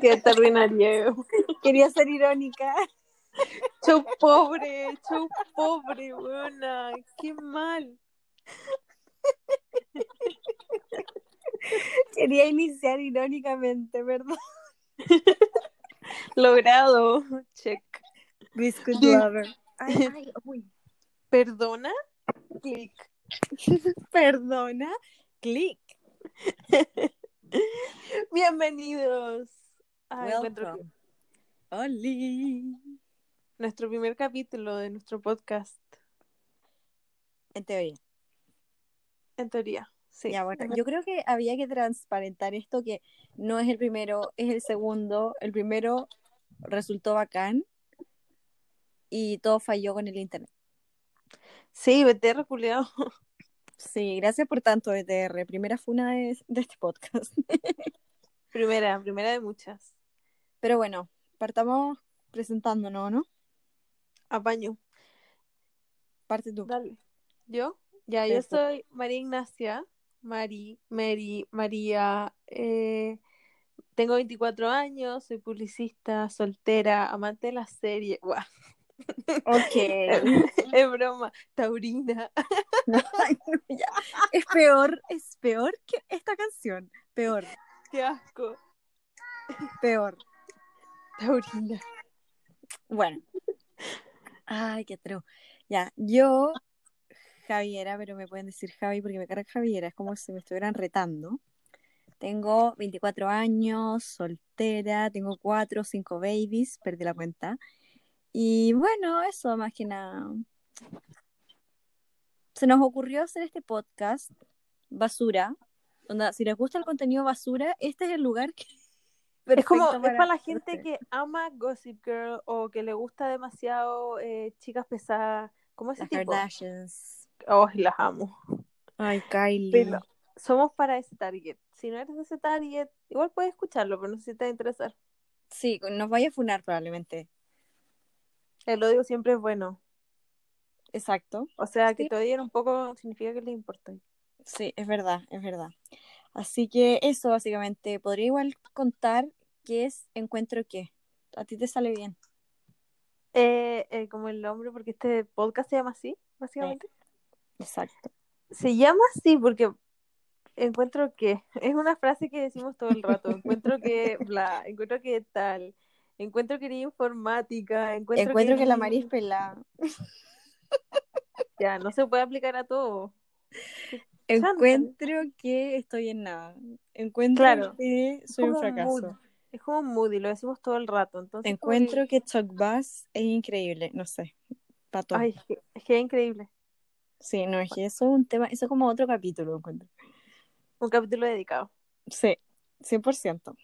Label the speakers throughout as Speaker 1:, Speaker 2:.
Speaker 1: Qué terminaría.
Speaker 2: Quería ser irónica.
Speaker 1: Chau pobre, chau pobre, buena. Qué mal.
Speaker 2: Quería iniciar irónicamente, ¿verdad?
Speaker 1: Logrado. Check.
Speaker 2: Biscuit
Speaker 1: Sí.
Speaker 2: lover. Ay, ay, uy.
Speaker 1: ¿Perdona? Clic.
Speaker 2: Perdona. Click.
Speaker 1: Bienvenidos a Encuentro
Speaker 2: Welcome. Ah, Oli.
Speaker 1: Clic, nuestro primer capítulo de nuestro podcast.
Speaker 2: En teoría.
Speaker 1: En teoría. Sí.
Speaker 2: Ya, bueno, yo creo que había que transparentar esto que no es el primero, es el segundo. El primero resultó bacán y todo falló con el internet.
Speaker 1: Sí, vete reculeado.
Speaker 2: Sí, gracias por tanto, ETR. Primera funa de, de este podcast.
Speaker 1: Primera, primera de muchas.
Speaker 2: Pero bueno, partamos presentándonos, ¿no?
Speaker 1: Apaño.
Speaker 2: Parte tú.
Speaker 1: Dale. ¿Yo? Ya, yo
Speaker 2: Perfecto.
Speaker 1: soy María Ignacia. Mari, Mary, María. eh, tengo 24 años, soy publicista, soltera, amante de la serie. Guau,
Speaker 2: Ok.
Speaker 1: es broma. Taurina.
Speaker 2: Ay, no, ya. Es peor, es peor que esta canción. Peor,
Speaker 1: Qué asco.
Speaker 2: peor.
Speaker 1: Taurina.
Speaker 2: Bueno. Ay, qué atrevo. Ya, yo, Javiera, pero me pueden decir Javi porque me carga Javiera, es como si me estuvieran retando. Tengo 24 años, soltera, tengo 4 o 5 babies, perdí la cuenta. Y bueno, eso más que nada. Se nos ocurrió hacer este podcast, Basura. Onda, si les gusta el contenido Basura, este es el lugar que...
Speaker 1: Es como,
Speaker 2: perfecto
Speaker 1: es para la gente
Speaker 2: hacer.
Speaker 1: que ama Gossip Girl o que le gusta demasiado eh, chicas pesadas, como ese
Speaker 2: Las
Speaker 1: tipo.
Speaker 2: Kardashians.
Speaker 1: Oh, las amo.
Speaker 2: Ay, Kylie.
Speaker 1: Pero somos para ese target. Si no eres de ese target, igual puedes escucharlo, pero no sé si te va a interesar.
Speaker 2: Sí, nos vaya a funar probablemente.
Speaker 1: El odio siempre es bueno.
Speaker 2: Exacto.
Speaker 1: O sea, que
Speaker 2: Sí.
Speaker 1: te odien un poco significa que les importa.
Speaker 2: Sí, es verdad, es verdad. Así que eso básicamente. Podría igual contar qué es encuentro qué. A ti te sale bien.
Speaker 1: Eh, eh, como el nombre, porque este podcast se llama así, básicamente.
Speaker 2: Exacto.
Speaker 1: Se llama así porque encuentro que es una frase que decimos todo el rato. Encuentro que bla, encuentro que tal, encuentro que eres informática, encuentro,
Speaker 2: Encuentro que la
Speaker 1: eres-
Speaker 2: María es pelada.
Speaker 1: Ya, no se puede aplicar a todo.
Speaker 2: Encuentro que estoy en nada. Encuentro
Speaker 1: Claro.
Speaker 2: que soy un
Speaker 1: Como mood.
Speaker 2: fracaso.
Speaker 1: Es como moody, lo decimos todo el rato. Entonces, como que-
Speaker 2: Encuentro que Chuck Bass es increíble. No sé. Pato.
Speaker 1: Ay, es que, es que es increíble.
Speaker 2: Sí, no, es que eso es un tema. Eso es como otro capítulo. encuentro.
Speaker 1: Un capítulo dedicado.
Speaker 2: Sí, 100%.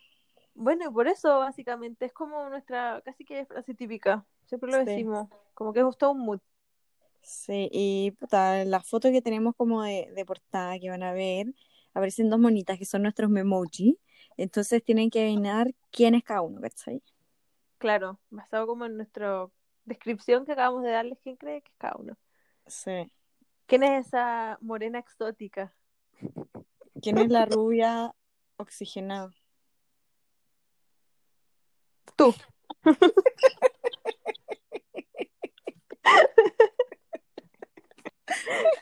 Speaker 1: Bueno, y por eso básicamente es como nuestra casi que frase típica. Siempre lo
Speaker 2: Sí.
Speaker 1: decimos. Como que es justo un mood.
Speaker 2: Sí, y puta, las fotos que tenemos como de, de portada que van a ver, aparecen dos monitas que son nuestros memoji. Entonces tienen que adivinar quién es cada uno, ¿cachai?
Speaker 1: Claro, basado como en nuestra descripción que acabamos de darles, quién cree que es cada uno.
Speaker 2: Sí.
Speaker 1: ¿Quién es esa morena exótica?
Speaker 2: ¿Quién es la rubia oxigenada?
Speaker 1: Tú.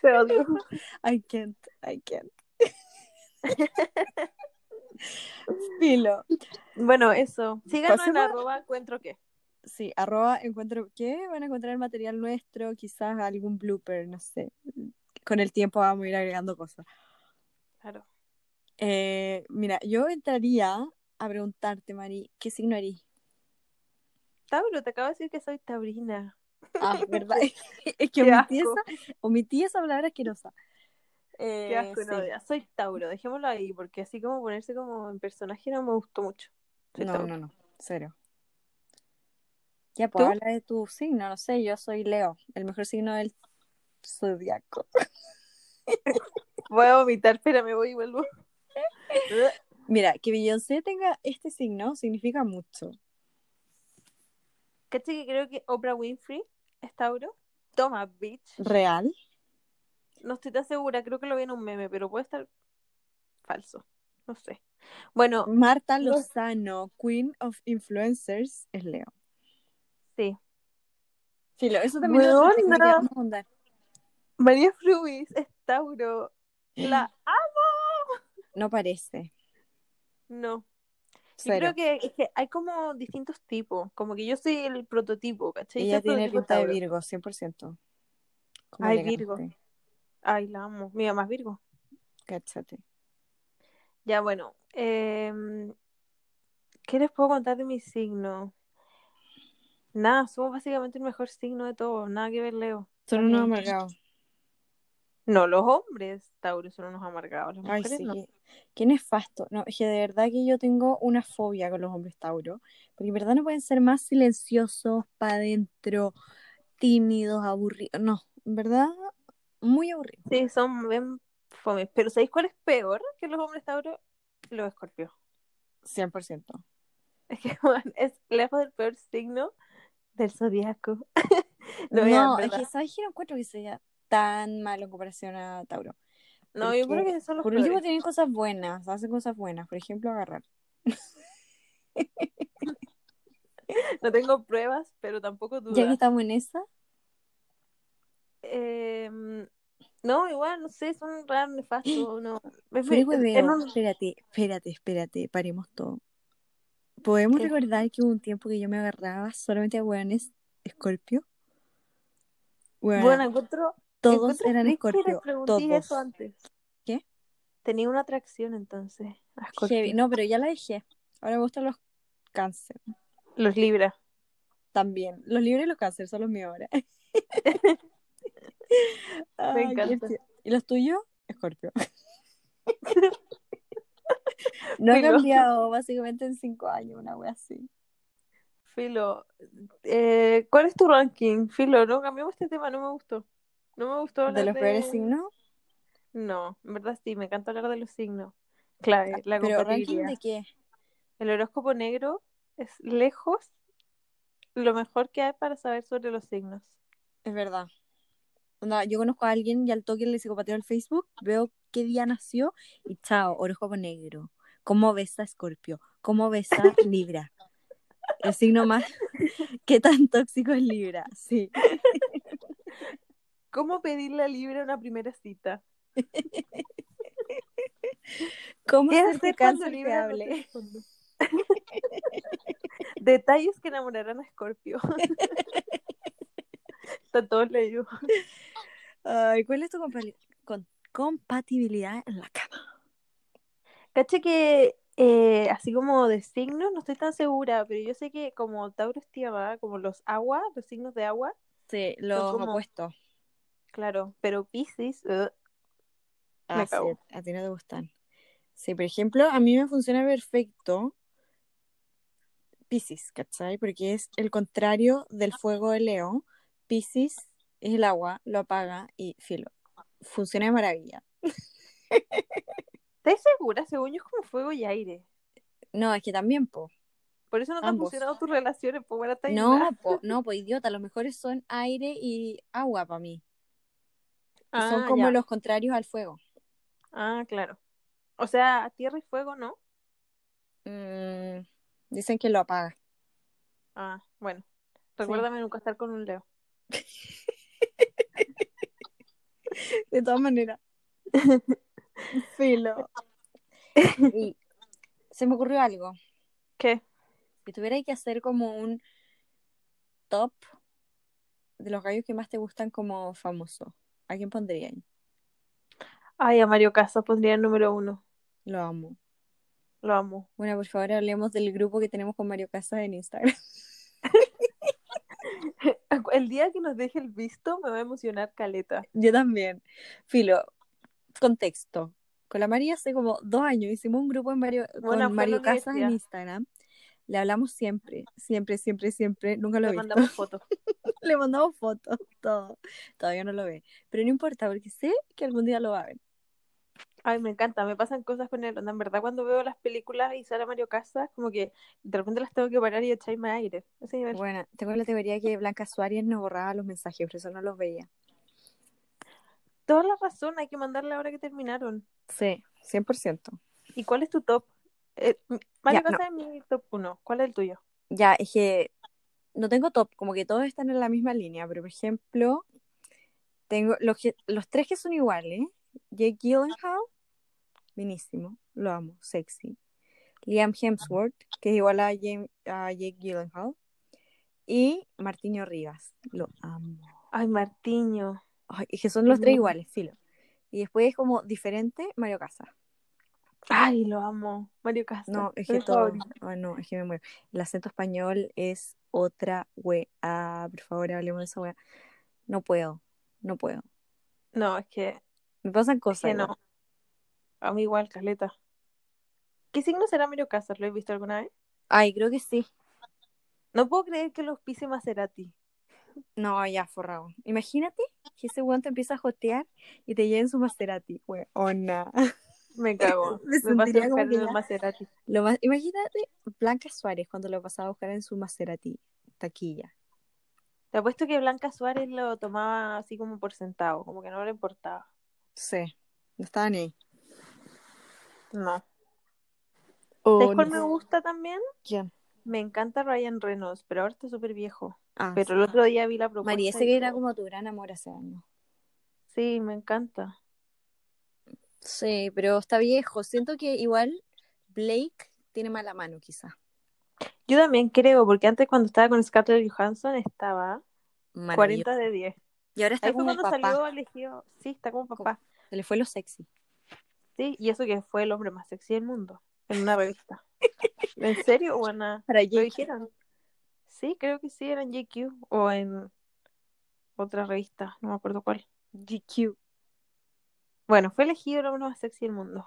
Speaker 1: Te odio.
Speaker 2: I can't, I can't. Filo.
Speaker 1: Bueno, eso. Síganos en
Speaker 2: Pasemos-
Speaker 1: arroba encuentro qué.
Speaker 2: Sí, arroba encuentro que van a encontrar material nuestro, quizás algún blooper, no sé. Con el tiempo vamos a ir agregando cosas.
Speaker 1: Claro.
Speaker 2: Eh, mira, yo entraría a preguntarte, Mari, ¿qué signo eres?
Speaker 1: Tauro, te acabo de decir que soy taurina.
Speaker 2: Ah, verdad. es que
Speaker 1: Qué
Speaker 2: omití
Speaker 1: asco.
Speaker 2: esa, omití esa palabra asquerosa.
Speaker 1: Qué asco,
Speaker 2: Eh,
Speaker 1: no,
Speaker 2: sí.
Speaker 1: ya, soy Tauro, dejémoslo ahí, porque así como ponerse como en personaje no me gustó mucho. Soy
Speaker 2: no,
Speaker 1: Tauro.
Speaker 2: no, no, cero. Ya, pues
Speaker 1: ¿Tú?
Speaker 2: habla de tu signo, no sé, yo soy Leo, el mejor signo del zodiaco.
Speaker 1: Voy a vomitar, pero me voy y vuelvo.
Speaker 2: Mira, que Beyoncé tenga este signo significa mucho.
Speaker 1: ¿Caché que creo que Oprah Winfrey es Tauro? Toma, bitch.
Speaker 2: Real.
Speaker 1: No estoy tan segura, creo que lo vi en un meme, pero puede estar falso. No sé. Bueno,
Speaker 2: Marta
Speaker 1: Los-
Speaker 2: Lozano, Queen of Influencers, es Leo.
Speaker 1: sí.
Speaker 2: Filo, eso también lo
Speaker 1: Weona.
Speaker 2: pensé que me quería preguntar.
Speaker 1: María Fruis es Tauro. La amo.
Speaker 2: No parece.
Speaker 1: No. Yo
Speaker 2: Cero.
Speaker 1: creo que, es que hay como distintos tipos. Como que yo soy el prototipo, ¿cachai?
Speaker 2: Ella
Speaker 1: Soy el
Speaker 2: tiene
Speaker 1: prototipo
Speaker 2: pinta de
Speaker 1: Tauro.
Speaker 2: Virgo, 100%. Como
Speaker 1: Ay,
Speaker 2: elegante,
Speaker 1: Virgo. Ay, la amo. Mi mamá es Virgo.
Speaker 2: Cáchate.
Speaker 1: Ya, bueno. em, ¿Qué les puedo contar de mi signo? Nada, somos básicamente el mejor signo de todos. Nada que ver, Leo.
Speaker 2: Son
Speaker 1: También.
Speaker 2: unos amargados.
Speaker 1: No, los hombres, Tauro, son unos amargados. Las
Speaker 2: Ay,
Speaker 1: mujeres
Speaker 2: sí.
Speaker 1: no.
Speaker 2: Qué, qué nefasto. No, es que de verdad que yo tengo una fobia con los hombres Tauro. Porque en verdad no pueden ser más silenciosos, para adentro, tímidos, aburridos. No, en verdad, muy aburridos.
Speaker 1: Sí, son bien fomes. Pero ¿sabéis cuál es peor que los hombres Tauro? Los escorpios.
Speaker 2: 100%.
Speaker 1: Es que weón, es lejos del peor signo del zodiaco. No,
Speaker 2: No,
Speaker 1: vean,
Speaker 2: es
Speaker 1: ¿verdad?
Speaker 2: que, ¿sabes qué? No encuentro que sea tan malo en comparación a Tauro.
Speaker 1: No, yo creo
Speaker 2: porque
Speaker 1: que son los
Speaker 2: Por último,
Speaker 1: peores.
Speaker 2: tienen cosas buenas, hacen cosas buenas. Por ejemplo, agarrar.
Speaker 1: No tengo pruebas, pero tampoco
Speaker 2: Ya que
Speaker 1: dudas.
Speaker 2: estamos en esa,
Speaker 1: Eh, no, igual, no sé, son raros, nefastos. No. Es-
Speaker 2: fuera de
Speaker 1: es-
Speaker 2: hueveo,
Speaker 1: es un-
Speaker 2: espérate, espérate, espérate, paremos todo. ¿Podemos
Speaker 1: ¿Qué?
Speaker 2: recordar que hubo un tiempo que yo me agarraba solamente a hueones escorpio? Hueona,
Speaker 1: Bueno, encuentro,
Speaker 2: todos
Speaker 1: encuentro
Speaker 2: eran
Speaker 1: triste que les
Speaker 2: escorpio,
Speaker 1: pregunté
Speaker 2: todos.
Speaker 1: eso antes.
Speaker 2: ¿Qué?
Speaker 1: Tenía una atracción entonces a
Speaker 2: Heavy.
Speaker 1: Escorpio.
Speaker 2: No, pero ya la dejé. Ahora me gustan los cáncer
Speaker 1: Los Libra.
Speaker 2: también. Los libres y los cáncer son los míos ahora.
Speaker 1: Me
Speaker 2: Ay, qué
Speaker 1: encanta.
Speaker 2: tío. ¿Y los tuyos? Escorpio. No ha
Speaker 1: Filo.
Speaker 2: cambiado básicamente en cinco años, una wea así.
Speaker 1: Filo, eh, ¿cuál es tu ranking? Filo, no cambiamos este tema, no me gustó. No me gustó
Speaker 2: De
Speaker 1: hablar
Speaker 2: los
Speaker 1: de...
Speaker 2: peores signos.
Speaker 1: No, en verdad sí, me encanta hablar de los signos. Clave, la
Speaker 2: Ah, Pero ranking
Speaker 1: compatibilidad.
Speaker 2: de qué?
Speaker 1: El horóscopo negro es lejos lo mejor que hay para saber sobre los signos.
Speaker 2: Es verdad. Onda, yo conozco a alguien y al toque le psicopateo el Facebook, veo qué día nació y chao, horóscopo negro. ¿Cómo ves a Escorpio? ¿Cómo ves a Libra? El signo más. ¿Qué tan tóxico es Libra? Sí.
Speaker 1: ¿Cómo pedirle a Libra una primera cita?
Speaker 2: ¿Cómo
Speaker 1: ¿Qué
Speaker 2: ser de
Speaker 1: hacer cuando
Speaker 2: cáncer que
Speaker 1: Libra no te
Speaker 2: hable?
Speaker 1: responde? Detalles que enamorarán a Escorpio. Está todo leído.
Speaker 2: Ay, ¿cuál es tu compali- con- compatibilidad en la cama?
Speaker 1: Caché que eh, así como de signos, no estoy tan segura, pero yo sé que como Tauro es tierra, como los agua, los signos de agua,
Speaker 2: Sí,
Speaker 1: son
Speaker 2: los
Speaker 1: como,
Speaker 2: opuestos.
Speaker 1: claro, pero Piscis, ugh,
Speaker 2: Ah,
Speaker 1: me
Speaker 2: sí,
Speaker 1: cago.
Speaker 2: a ti no te gustan. Sí, por ejemplo, a mí me funciona perfecto Piscis, ¿cachai? Porque es el contrario del fuego de Leo. Piscis es el agua, lo apaga y filo. Funciona de maravilla.
Speaker 1: ¿Estás segura? Según yo es como fuego y aire.
Speaker 2: No, es que también, po.
Speaker 1: Por eso no te han
Speaker 2: Ambos.
Speaker 1: funcionado tus relaciones, pues bueno, está
Speaker 2: No, po, no, po, idiota. Los mejores son aire y agua para mí. Que son
Speaker 1: Ah,
Speaker 2: como
Speaker 1: ya.
Speaker 2: los contrarios al fuego.
Speaker 1: Ah, claro. O sea, tierra y fuego, ¿no?
Speaker 2: Mm, dicen que lo apaga.
Speaker 1: Ah, bueno.
Speaker 2: Sí.
Speaker 1: Recuérdame nunca estar con un Leo.
Speaker 2: De todas maneras. Filo. Y se me ocurrió algo.
Speaker 1: ¿Qué?
Speaker 2: Si tuviera que hacer como un top de los gallos que más te gustan como famoso, ¿a quién pondría ahí?
Speaker 1: Ay, a Mario Casas pondría el número uno.
Speaker 2: Lo amo.
Speaker 1: Lo amo.
Speaker 2: Bueno, por favor, hablemos del grupo que tenemos con Mario Casas en Instagram.
Speaker 1: El día que nos deje el visto me va a emocionar caleta.
Speaker 2: Yo también. Filo, contexto. Con la María hace como dos años hicimos un grupo en Mario,
Speaker 1: Bueno,
Speaker 2: con
Speaker 1: fue en la
Speaker 2: Mario Casas en
Speaker 1: universidad.
Speaker 2: Instagram. Le hablamos siempre, siempre, siempre, siempre. Nunca lo he
Speaker 1: Le
Speaker 2: visto.
Speaker 1: mandamos fotos.
Speaker 2: Le mandamos fotos, todo. Todavía no lo ve. Pero no importa, porque sé que algún día lo va a ver.
Speaker 1: Ay, me encanta, me pasan cosas con él. onda, En verdad, cuando veo las películas y sale Mario Casas, como que de repente las tengo que parar y echarme aire. Ese nivel.
Speaker 2: Bueno, tengo la teoría que Blanca Suárez nos borraba los mensajes, por eso no los veía.
Speaker 1: Toda la razón, hay que mandarle ahora que terminaron.
Speaker 2: Sí, 100%.
Speaker 1: ¿Y cuál es tu top? Eh, Mario
Speaker 2: Ya, no.
Speaker 1: Casas es mi top 1. ¿Cuál es el tuyo?
Speaker 2: Ya, es que no tengo top, como que todos están en la misma línea, pero por ejemplo, tengo los, que- los tres que son iguales, Jake Gyllenhaal, buenísimo, lo amo, sexy. Liam Hemsworth, que es igual a, Jam- a Jake Gyllenhaal, y Martiño Rivas, lo amo.
Speaker 1: Ay, Martiño.
Speaker 2: Ay, es que son los tres
Speaker 1: Mm.
Speaker 2: iguales, filo. Y después es como diferente Mario Casas.
Speaker 1: Ay, lo amo. Mario Casas.
Speaker 2: No, es
Speaker 1: es
Speaker 2: que
Speaker 1: mi
Speaker 2: todo.
Speaker 1: favorito.
Speaker 2: ay, no, es que me muero. El acento español es otra weá. Por favor, hablemos de esa weá. No puedo, no puedo.
Speaker 1: No, es que,
Speaker 2: Me pasan
Speaker 1: es
Speaker 2: cosas.
Speaker 1: que no.
Speaker 2: igual.
Speaker 1: A mí igual, Caleta. ¿Qué signo será Mario Casas? ¿Lo he visto alguna vez?
Speaker 2: Ay, creo que sí.
Speaker 1: No puedo creer que los pise Maserati.
Speaker 2: No, ya, forrado. Imagínate que ese weón te empieza a jotear y te lleven su Maserati. Weona.
Speaker 1: Me cago.
Speaker 2: Me
Speaker 1: Me pasé a
Speaker 2: sentiría como
Speaker 1: buscar
Speaker 2: que
Speaker 1: en el
Speaker 2: ya-
Speaker 1: Maserati.
Speaker 2: Lo más... Imagínate Blanca Suárez cuando lo pasaba a buscar en su Maserati. Taquilla.
Speaker 1: Te apuesto que Blanca Suárez lo tomaba así como por centavo, como que no le importaba.
Speaker 2: Sí, no estaban ahí.
Speaker 1: No. ¿Sabes
Speaker 2: Oh,
Speaker 1: cuál
Speaker 2: no.
Speaker 1: me gusta también?
Speaker 2: ¿Quién?
Speaker 1: Me encanta Ryan Reynolds, pero ahora está súper viejo.
Speaker 2: Ah,
Speaker 1: Pero el otro día vi la propuesta.
Speaker 2: María, ese
Speaker 1: y-
Speaker 2: que era como tu gran amor hace años.
Speaker 1: Sí, me encanta.
Speaker 2: Sí, pero está viejo. Siento que igual Blake tiene mala mano, quizá.
Speaker 1: Yo también creo, porque antes cuando estaba con Scarlett Johansson estaba 40 de 10.
Speaker 2: Y ahora está
Speaker 1: Ahí fue
Speaker 2: como
Speaker 1: cuando
Speaker 2: papá.
Speaker 1: salió elegido. Sí, está como papá.
Speaker 2: Se le fue lo sexy.
Speaker 1: Sí, y eso que fue el hombre más sexy del mundo en una revista. ¿En serio, buena?
Speaker 2: Para
Speaker 1: ¿Lo
Speaker 2: Jake.
Speaker 1: dijeron? Sí, creo que sí, era en GQ o en otra revista, no me acuerdo cuál.
Speaker 2: GQ.
Speaker 1: Bueno, fue elegido el hombre más sexy del mundo.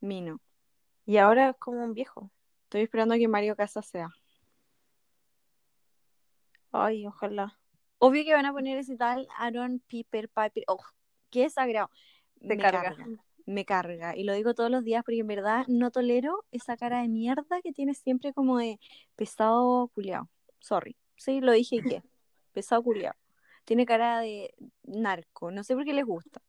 Speaker 2: Mino.
Speaker 1: Y ahora es como un viejo.
Speaker 2: Estoy esperando a que Mario Casas sea.
Speaker 1: Ay, ojalá.
Speaker 2: Obvio que van a poner ese tal Aaron Piper Piper. Oh, qué sagrado.
Speaker 1: Se
Speaker 2: Me
Speaker 1: carga.
Speaker 2: carga. Me carga. Y lo digo todos los días porque en verdad no tolero esa cara de mierda que tiene siempre como de pesado culiao. Sorry. Sí, lo dije y qué. Pesado culiao. Tiene cara de narco. No sé por qué les gusta.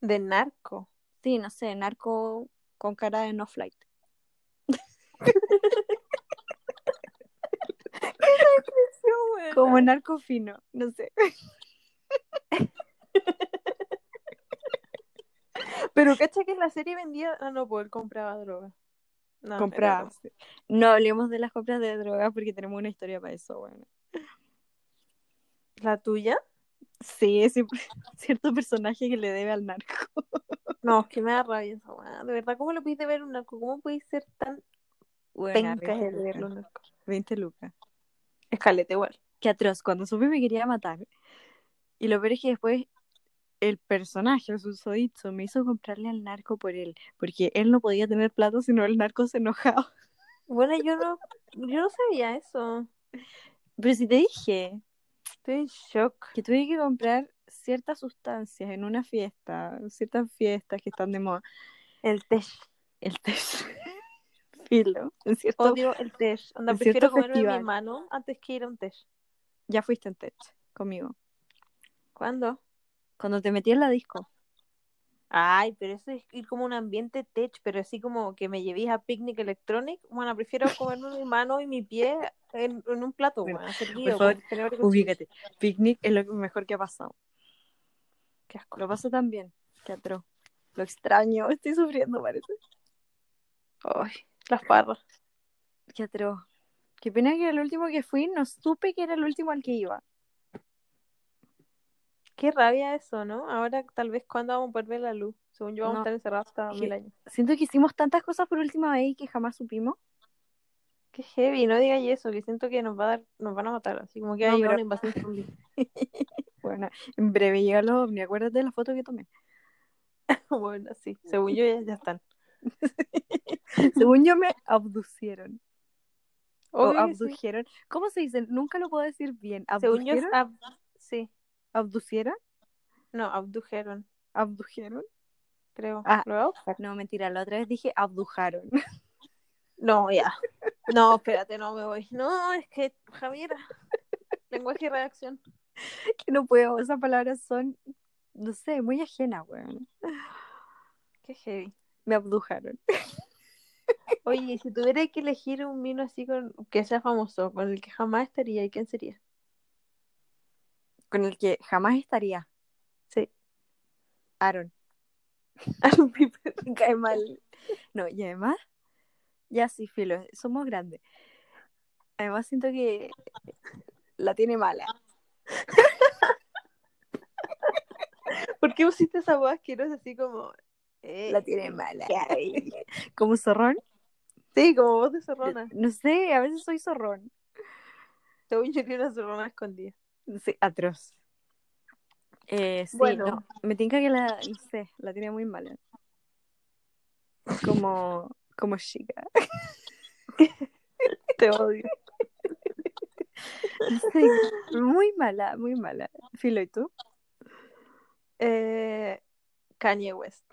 Speaker 1: De narco.
Speaker 2: Sí, no sé, narco con cara de no flight.
Speaker 1: Sí, buena.
Speaker 2: Como narco fino. No sé.
Speaker 1: Pero cacha que en la serie vendía. Ah, no, pues él compraba droga. No, era
Speaker 2: Comprar.
Speaker 1: broma.
Speaker 2: No hablemos de las compras de drogas porque tenemos una historia para eso, bueno.
Speaker 1: ¿La tuya?
Speaker 2: Sí, es un- cierto personaje que le debe al narco.
Speaker 1: No, es que me da rabia esa weá. De verdad, ¿cómo lo pudiste ver un narco? ¿Cómo podéis ser tan
Speaker 2: Bueno,
Speaker 1: penca
Speaker 2: 20
Speaker 1: de verlo
Speaker 2: lucas.
Speaker 1: un narco?
Speaker 2: 20 lucas.
Speaker 1: Escalete igual.
Speaker 2: Qué atroz, cuando supe me quería matar. Y lo peor es que después el personaje, el susodicho, me hizo comprarle al narco por él, porque él no podía tener plata si no el narco se enojaba.
Speaker 1: Bueno, yo no, yo no sabía eso.
Speaker 2: Pero si te dije
Speaker 1: Estoy en shock.
Speaker 2: que tuve que comprar ciertas sustancias en una fiesta, ciertas fiestas que están de moda,
Speaker 1: El test.
Speaker 2: el test filo, en cierto,
Speaker 1: Odio el test. Onda,
Speaker 2: En
Speaker 1: prefiero
Speaker 2: cierto
Speaker 1: comerme mi
Speaker 2: festival.
Speaker 1: mano antes que ir a un test.
Speaker 2: ya fuiste en tech conmigo,
Speaker 1: ¿Cuándo?
Speaker 2: cuando te metí en la disco.
Speaker 1: Ay, pero eso es ir como a un ambiente tech, pero así como que me llevéis a Picnic Electronic. Bueno, prefiero comerme mi mano y mi pie en, en un plato,
Speaker 2: Bueno,
Speaker 1: bueno,
Speaker 2: Por
Speaker 1: servido.
Speaker 2: favor,
Speaker 1: con tenedor y cuchillo.
Speaker 2: ubícate. Picnic es lo que- mejor que ha pasado.
Speaker 1: Qué asco.
Speaker 2: Lo paso tan bien. Qué atroz. Lo extraño. Estoy sufriendo, parece.
Speaker 1: Ay, las parras.
Speaker 2: Qué atroz. Qué pena que el último que fui no supe que era el último al que iba.
Speaker 1: Qué rabia eso, ¿no? Ahora tal vez cuando vamos a poder ver la luz. Según yo vamos
Speaker 2: No,
Speaker 1: a estar encerrados hasta
Speaker 2: que-
Speaker 1: mil años.
Speaker 2: Siento que hicimos tantas cosas por última vez y que jamás supimos.
Speaker 1: Qué heavy, no digas eso, que siento que nos va a dar, nos van a matar, así como que
Speaker 2: No,
Speaker 1: hay
Speaker 2: pero-
Speaker 1: una invasión zombie.
Speaker 2: Bueno, en breve llegan los ovnis. Acuérdate de la foto que tomé.
Speaker 1: Bueno, sí, según yo ya, ya están.
Speaker 2: Según yo, me abducieron. O
Speaker 1: Obvio que sí.
Speaker 2: abdujeron. ¿Cómo se dice? Nunca lo puedo decir bien.
Speaker 1: Según yo, es
Speaker 2: ¿Abdujeron?
Speaker 1: ab- sí,
Speaker 2: ¿Abducieron?
Speaker 1: no, abdujeron,
Speaker 2: ¿Abdujeron?
Speaker 1: creo.
Speaker 2: Ah.
Speaker 1: ¿Lo voy a buscar?
Speaker 2: No, mentira. La otra vez dije abdujaron.
Speaker 1: No, ya. No, espérate, no me voy. No, es que, Javiera, lenguaje y redacción.
Speaker 2: que no puedo, esas palabras son, no sé, muy ajenas, weón.
Speaker 1: Qué heavy.
Speaker 2: Me abdujaron.
Speaker 1: Oye, y si tuviera que elegir un vino así con, que sea famoso, con el que jamás estaría, ¿y quién sería?
Speaker 2: Con el que jamás estaría.
Speaker 1: Sí.
Speaker 2: Aaron.
Speaker 1: Aaron Piper.
Speaker 2: Me cae mal. No, y además, ya sí, filo, somos grandes. Además siento que la tiene mala.
Speaker 1: ¿Por qué pusiste esa voz asquerosa así como... eh,
Speaker 2: La tiene mala. Como zorrón.
Speaker 1: Sí, como voz de zorrona.
Speaker 2: No sé, a veces soy zorrón.
Speaker 1: Según yo, era una zorrona escondida.
Speaker 2: Sí, atroz. Eh, sí,
Speaker 1: Bueno.
Speaker 2: no, me tinca que la, no sé, la tiene muy mala. Como, como chica.
Speaker 1: Te odio.
Speaker 2: No sé, muy mala, muy mala. Filo, ¿y tú?
Speaker 1: Eh, Kanye West.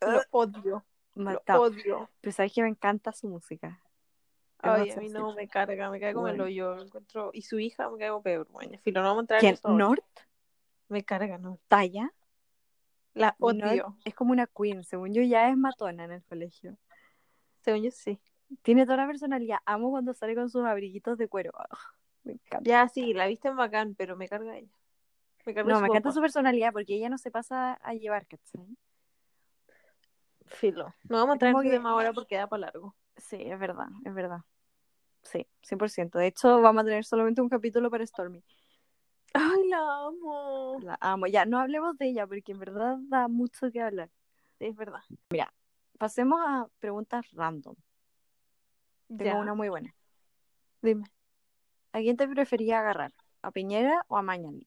Speaker 1: Lo
Speaker 2: Ah.
Speaker 1: odio.
Speaker 2: Matado.
Speaker 1: Lo odio.
Speaker 2: Pero sabes que me encanta su música. Lo
Speaker 1: Ay,
Speaker 2: vas
Speaker 1: a
Speaker 2: a
Speaker 1: mí
Speaker 2: hacer.
Speaker 1: no me carga, me cae como
Speaker 2: Bueno.
Speaker 1: el hoyo. lo encuentro... Y su hija me cae como peor. Bueno, filo, no vamos a entrar en
Speaker 2: ¿Quién?
Speaker 1: eso. ahora.
Speaker 2: ¿Nort?
Speaker 1: Me carga, no.
Speaker 2: ¿Talla?
Speaker 1: La
Speaker 2: Nort
Speaker 1: odio.
Speaker 2: es como una queen. Según yo, ya es matona en el colegio.
Speaker 1: Según yo, sí.
Speaker 2: Tiene toda la personalidad. Amo cuando sale con sus abriguitos de cuero. Ah, me encanta.
Speaker 1: Ya, sí, la viste en bacán, pero me carga ella. Me carga
Speaker 2: No,
Speaker 1: su
Speaker 2: me encanta
Speaker 1: papá.
Speaker 2: su personalidad porque ella no se pasa a llevar, ¿cachai?
Speaker 1: Filo. No vamos a entrar en
Speaker 2: Como
Speaker 1: ese
Speaker 2: que-
Speaker 1: tema ahora porque da para largo.
Speaker 2: Sí, es verdad, es verdad. Sí, 100%. De hecho, vamos a tener solamente un capítulo para Stormy.
Speaker 1: Ay, la amo.
Speaker 2: La amo. Ya, no hablemos de ella porque en verdad da mucho que hablar.
Speaker 1: Sí, es verdad.
Speaker 2: Pasemos a preguntas random. Tengo
Speaker 1: ya,
Speaker 2: una muy buena.
Speaker 1: dime.
Speaker 2: ¿A quién te prefería agarrar? ¿A Piñera o a Mañalich?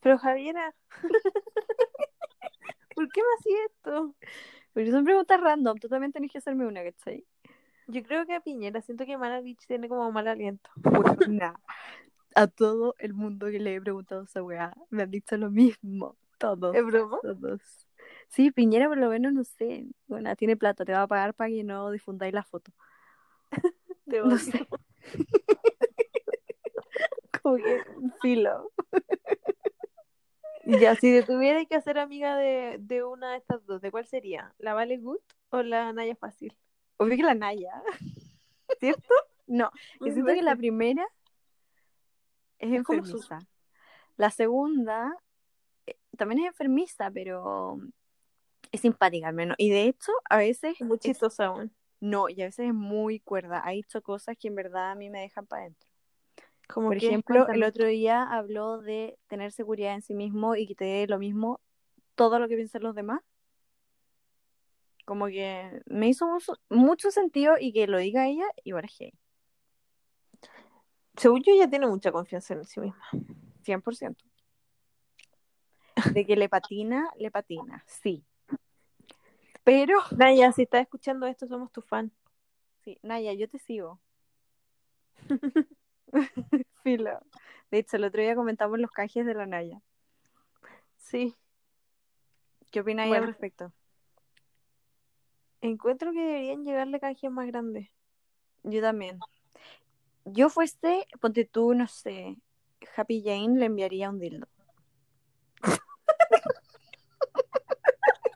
Speaker 1: Pero Javiera, ¿por qué me hacía esto?
Speaker 2: Porque son preguntas random. Tú también tenés que hacerme una, ¿cachai?
Speaker 1: Yo creo que a Piñera, siento que Maravich tiene como mal aliento.
Speaker 2: Nah. A todo el mundo que le he preguntado esa weá me han dicho lo mismo. Todos.
Speaker 1: ¿Es broma?
Speaker 2: Todos. Sí, Piñera por lo menos, no sé. Bueno, tiene plata, te va a pagar para que no difundáis la foto.
Speaker 1: Te
Speaker 2: No
Speaker 1: odio.
Speaker 2: sé. Como que filo.
Speaker 1: Ya, si te tuviera que hacer amiga de, de una de estas dos, ¿de cuál sería? ¿La Vale Good o la Naya Fácil?
Speaker 2: Obvio que la Naya.
Speaker 1: ¿Cierto?
Speaker 2: No, yo
Speaker 1: Mil
Speaker 2: siento que la
Speaker 1: veces.
Speaker 2: primera es
Speaker 1: Es como
Speaker 2: enfermiza. La segunda eh, también es enfermiza, pero es simpática al menos. Y de hecho, a veces
Speaker 1: Es muy
Speaker 2: es-
Speaker 1: chistosa aún.
Speaker 2: no, y a veces es muy cuerda. Ha dicho cosas que en verdad a mí me dejan para adentro.
Speaker 1: Como
Speaker 2: Por
Speaker 1: que,
Speaker 2: ejemplo, el
Speaker 1: cuéntame.
Speaker 2: otro día habló de tener seguridad en sí mismo y que te dé lo mismo todo lo que piensan los demás. Como que me hizo mucho, mucho sentido y que lo diga ella, igual es gay,
Speaker 1: Según yo, ella tiene mucha confianza en sí misma.
Speaker 2: 100%. De que le patina, le patina, sí. Pero,
Speaker 1: Naya, si estás escuchando esto, somos tu fan.
Speaker 2: sí, Naya, yo te sigo. Filo. De hecho, el otro día comentamos los canjes de la Naya.
Speaker 1: Sí.
Speaker 2: ¿Qué opinas ahí al
Speaker 1: Bueno.
Speaker 2: respecto?
Speaker 1: Encuentro que deberían llegarle canjes más grandes.
Speaker 2: Yo también. Yo fuese, ponte tú, no sé, Happy Jane le enviaría un dildo.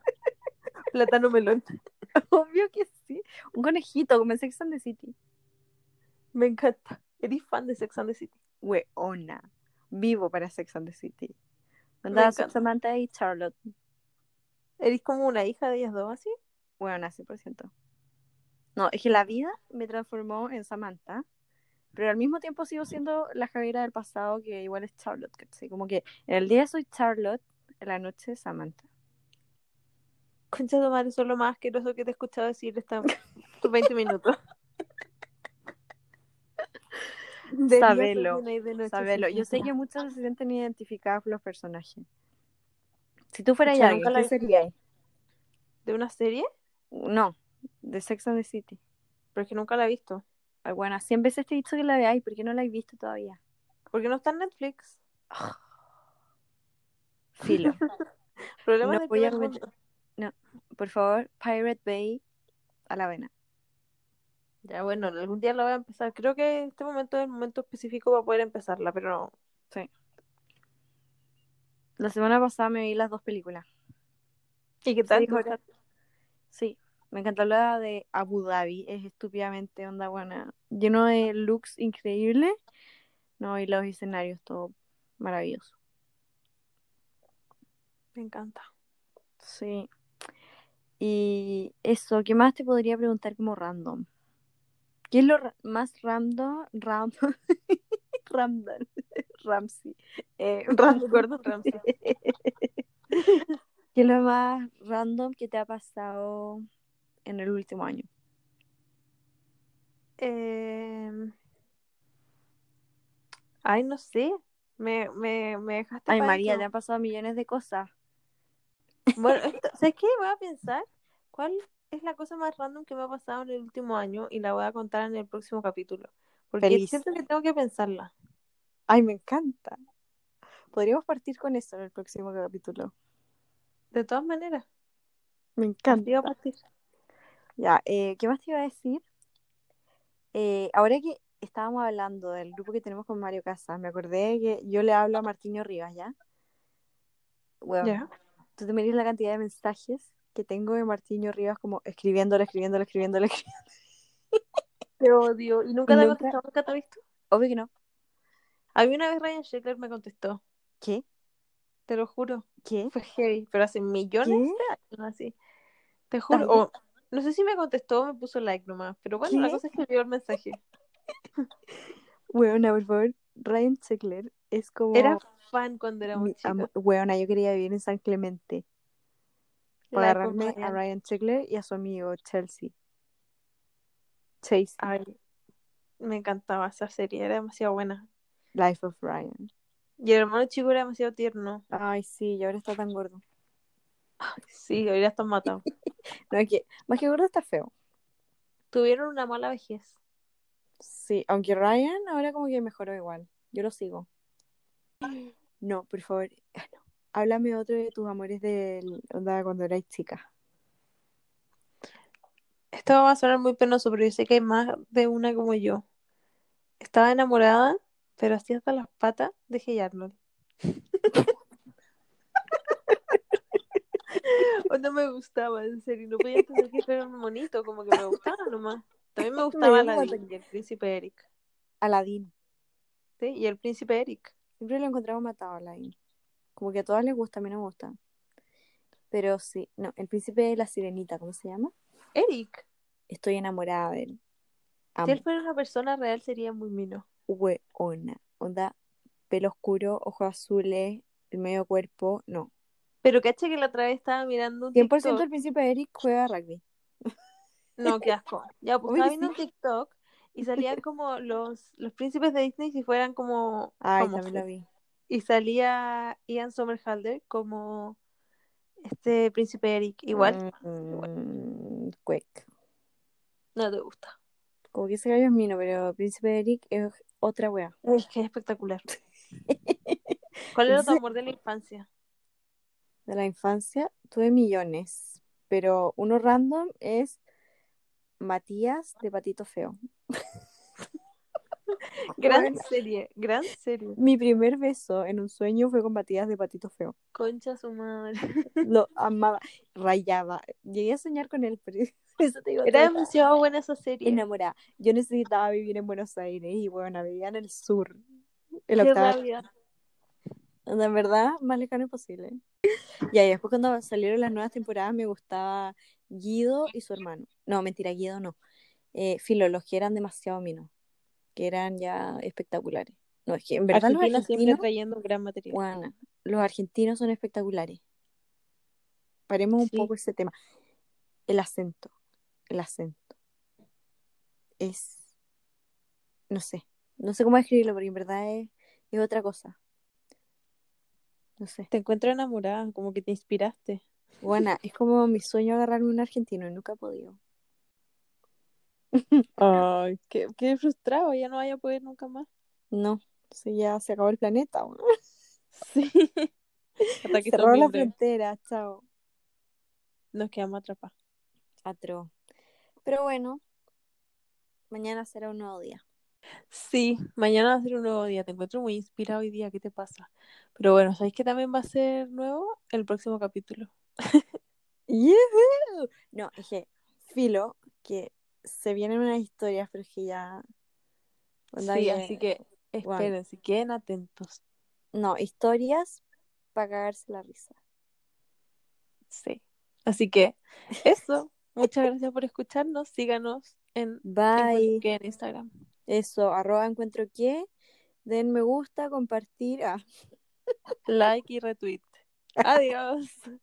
Speaker 1: Plátano melón.
Speaker 2: Obvio que sí. Un conejito, como en Sex and the City.
Speaker 1: Me encanta. Eres fan de Sex and the City.
Speaker 2: Weona. Vivo para Sex and the City.
Speaker 1: Me
Speaker 2: Mandaba
Speaker 1: encanta.
Speaker 2: Samantha y Charlotte.
Speaker 1: Eres como una hija de ellas dos, así.
Speaker 2: Weona, 100%. No, es que la vida me transformó en Samantha. Pero al mismo tiempo sigo siendo la Javiera del pasado, que igual es Charlotte, ¿cachai? Como que en el día soy Charlotte, en la noche Samantha.
Speaker 1: Concha de madre, eso es lo más asqueroso que te he escuchado decir esta- estos 20 minutos. Del día soy
Speaker 2: Sabelo,
Speaker 1: una y de noche
Speaker 2: Sabelo,
Speaker 1: soy
Speaker 2: yo sé
Speaker 1: otra.
Speaker 2: que muchos se sienten identificadas con los personajes. Si tú fueras
Speaker 1: Pucha,
Speaker 2: alguien,
Speaker 1: nunca la
Speaker 2: ¿qué
Speaker 1: vi.
Speaker 2: serías?
Speaker 1: ¿De una serie?
Speaker 2: No, de Sex and the City.
Speaker 1: Pero es que nunca la he visto.
Speaker 2: Ay, Ah, Bueno, 100 veces te he dicho este que la veáis, ¿por qué no la he visto todavía?
Speaker 1: Porque no está en Netflix.
Speaker 2: Filo,
Speaker 1: Problema
Speaker 2: No
Speaker 1: de
Speaker 2: voy a
Speaker 1: primer
Speaker 2: comentar.
Speaker 1: mundo.
Speaker 2: por favor, Pirate Bay a la vena.
Speaker 1: Ya bueno, algún día la voy a empezar. Creo que este momento es el momento específico para poder empezarla, pero no.
Speaker 2: La semana pasada me vi las dos películas.
Speaker 1: ¿Y qué
Speaker 2: Se
Speaker 1: tal?
Speaker 2: dijo acá- Sí, Me encanta la de Abu Dhabi, es estúpidamente onda buena. Lleno de looks increíbles. No, y los escenarios, todo maravilloso.
Speaker 1: Me encanta.
Speaker 2: Sí. Y eso, ¿qué más te podría preguntar como random? ¿Qué es lo ra- más random? Ram random. Ramsey. Eh,
Speaker 1: Ramsey, Gordon Ramsay.
Speaker 2: ¿Qué es lo más random que te ha pasado en el último año?
Speaker 1: Em, Ay, no sé. Me, me, me dejaste
Speaker 2: Ay,
Speaker 1: para
Speaker 2: María, te
Speaker 1: dentro.
Speaker 2: han pasado millones de cosas.
Speaker 1: Bueno, esto- ¿sabes qué? Voy a pensar cuál es la cosa más random que me ha pasado en el último año y la voy a contar en el próximo capítulo. Porque
Speaker 2: Feliz.
Speaker 1: siento que tengo que pensarla.
Speaker 2: Ay, me encanta. Podríamos partir con eso en el próximo capítulo.
Speaker 1: De todas maneras,
Speaker 2: Me
Speaker 1: digo a partir.
Speaker 2: Ya, eh, ¿qué más te iba a decir? Eh, ahora que estábamos hablando del grupo que tenemos con Mario Casas, me acordé que yo le hablo a Martiño Rivas, ¿ya? Bueno,
Speaker 1: Ya.
Speaker 2: tú te miras la cantidad de mensajes que tengo de Martiño Rivas como escribiéndole, escribiéndole, escribiéndole, escribiéndole.
Speaker 1: Te odio. ¿Y nunca te ha
Speaker 2: Nunca.
Speaker 1: contestado? ¿Nunca te ha visto?
Speaker 2: Obvio que no.
Speaker 1: A mí una vez Ryan Sheckler me contestó.
Speaker 2: ¿Qué?
Speaker 1: Te lo juro.
Speaker 2: ¿Qué?
Speaker 1: Fue heavy. Pero hace millones
Speaker 2: ¿Qué?
Speaker 1: de años así. Te juro.
Speaker 2: Tanto.
Speaker 1: o- no sé si me contestó o me puso like nomás. Pero bueno, la
Speaker 2: ¿Qué?
Speaker 1: cosa es que vio el mensaje.
Speaker 2: Weona, por favor, Ryan Zegler es como...
Speaker 1: Era fan cuando era muy
Speaker 2: mi am-
Speaker 1: chica.
Speaker 2: Weona, yo quería vivir en San Clemente. para
Speaker 1: La época
Speaker 2: agarrarme a
Speaker 1: Ryan.
Speaker 2: Ryan Zegler y a su amigo Chelsea. Chasey,
Speaker 1: Ay, me encantaba esa serie. Era demasiado buena.
Speaker 2: Life of Ryan.
Speaker 1: Y el hermano chico era demasiado tierno.
Speaker 2: Ay, sí, y ahora está tan gordo.
Speaker 1: Sí, ahora están matado.
Speaker 2: No, es que, más que gordo está feo.
Speaker 1: Tuvieron una mala vejez.
Speaker 2: Sí, aunque Ryan ahora como que mejoró igual. Yo lo sigo. No, por favor, ah, no. háblame otro de tus amores del onda cuando erais chica.
Speaker 1: Esto va a sonar muy penoso, pero yo sé que hay más de una como yo. Estaba enamorada, pero así hasta las patas de Hey Arnold. O no me gustaba, en serio. No podía entender que era un monito, como que me gustaba nomás. También me gustaba
Speaker 2: Me
Speaker 1: la
Speaker 2: encanta.
Speaker 1: y el príncipe Eric.
Speaker 2: Aladdin.
Speaker 1: ¿Sí? Y el príncipe Eric.
Speaker 2: Siempre lo encontramos matado a Aladdin. Como que a todas les gusta, a mí no me gusta. Pero sí, no, el príncipe de la sirenita, ¿cómo se llama?
Speaker 1: Eric.
Speaker 2: Estoy enamorada de él.
Speaker 1: Si
Speaker 2: Amo.
Speaker 1: él fuera una persona real, sería muy mino.
Speaker 2: Weona. Onda, pelo oscuro, ojos azules, el medio cuerpo. No.
Speaker 1: Pero caché que la otra vez estaba mirando un
Speaker 2: 100%
Speaker 1: TikTok.
Speaker 2: el príncipe Eric juega rugby.
Speaker 1: No, qué asco. Ya, pues estaba
Speaker 2: Obvio que
Speaker 1: viendo un
Speaker 2: sí.
Speaker 1: TikTok y salían como los, los príncipes de Disney si fueran como
Speaker 2: Ay, también
Speaker 1: famosos.
Speaker 2: lo vi.
Speaker 1: Y salía Ian Somerhalder como este príncipe Eric. Igual, igual,
Speaker 2: Mm, Quake.
Speaker 1: no te gusta.
Speaker 2: Como que ese gallo es mino, pero príncipe Eric es otra wea.
Speaker 1: Es que es espectacular. ¿Cuál era tu
Speaker 2: Entonces,
Speaker 1: amor de la infancia?
Speaker 2: de la infancia tuve millones. Pero uno random es Matías de Patito Feo.
Speaker 1: Gran
Speaker 2: Bueno,
Speaker 1: serie, gran serie.
Speaker 2: mi primer beso en un sueño fue con Matías de Patito Feo.
Speaker 1: Concha su madre.
Speaker 2: Lo amaba, rayaba. Llegué a soñar con él, pero eso te digo,
Speaker 1: Era
Speaker 2: estoy
Speaker 1: demasiado buena esa serie.
Speaker 2: enamorada. Yo necesitaba vivir en Buenos Aires y bueno, vivía en el sur, el
Speaker 1: Qué
Speaker 2: octavo.
Speaker 1: rabia.
Speaker 2: En verdad, más lejano imposible. Y ahí después cuando salieron las nuevas temporadas me gustaba Guido y su hermano. No, mentira, Guido no. Eh, Filo, los que eran demasiado minos, que eran ya espectaculares. No, es que en verdad los
Speaker 1: Argentina siempre
Speaker 2: argentinos,
Speaker 1: trayendo gran material.
Speaker 2: bueno, los argentinos son espectaculares. Paremos un
Speaker 1: Sí.
Speaker 2: poco ese tema. El acento, el acento. Es no sé, no sé cómo escribirlo porque en verdad es, es otra cosa, no sé.
Speaker 1: Te encuentro enamorada, como que te inspiraste.
Speaker 2: Buena, es como mi sueño agarrarme un argentino y nunca he podido.
Speaker 1: Ay, qué, qué frustrado, ya no vaya a poder nunca más.
Speaker 2: No, sí, ya se acabó el planeta. weón.
Speaker 1: Sí. Hasta que estos
Speaker 2: Cerró la
Speaker 1: libres
Speaker 2: frontera, chao.
Speaker 1: nos quedamos atrapados.
Speaker 2: Atro. Pero bueno, mañana será un nuevo día.
Speaker 1: Sí, mañana va a ser un nuevo día. Te encuentro muy inspirado hoy día, ¿qué te pasa? Pero bueno, ¿sabéis que también va a ser nuevo el próximo capítulo?
Speaker 2: ¡Yujú! No, es que filo, que se vienen unas historias, pero es que ya... onda
Speaker 1: sí, eh,
Speaker 2: que-
Speaker 1: así que
Speaker 2: Guau.
Speaker 1: esperen, si queden atentos.
Speaker 2: No, historias para cagarse la risa.
Speaker 1: Sí. Así que eso. Muchas gracias por escucharnos. Síganos en,
Speaker 2: Bye.
Speaker 1: Encuentro que en Instagram.
Speaker 2: Eso, arroba encuentro que. Den me gusta, compartir. Ah.
Speaker 1: Like y retweet. Adiós.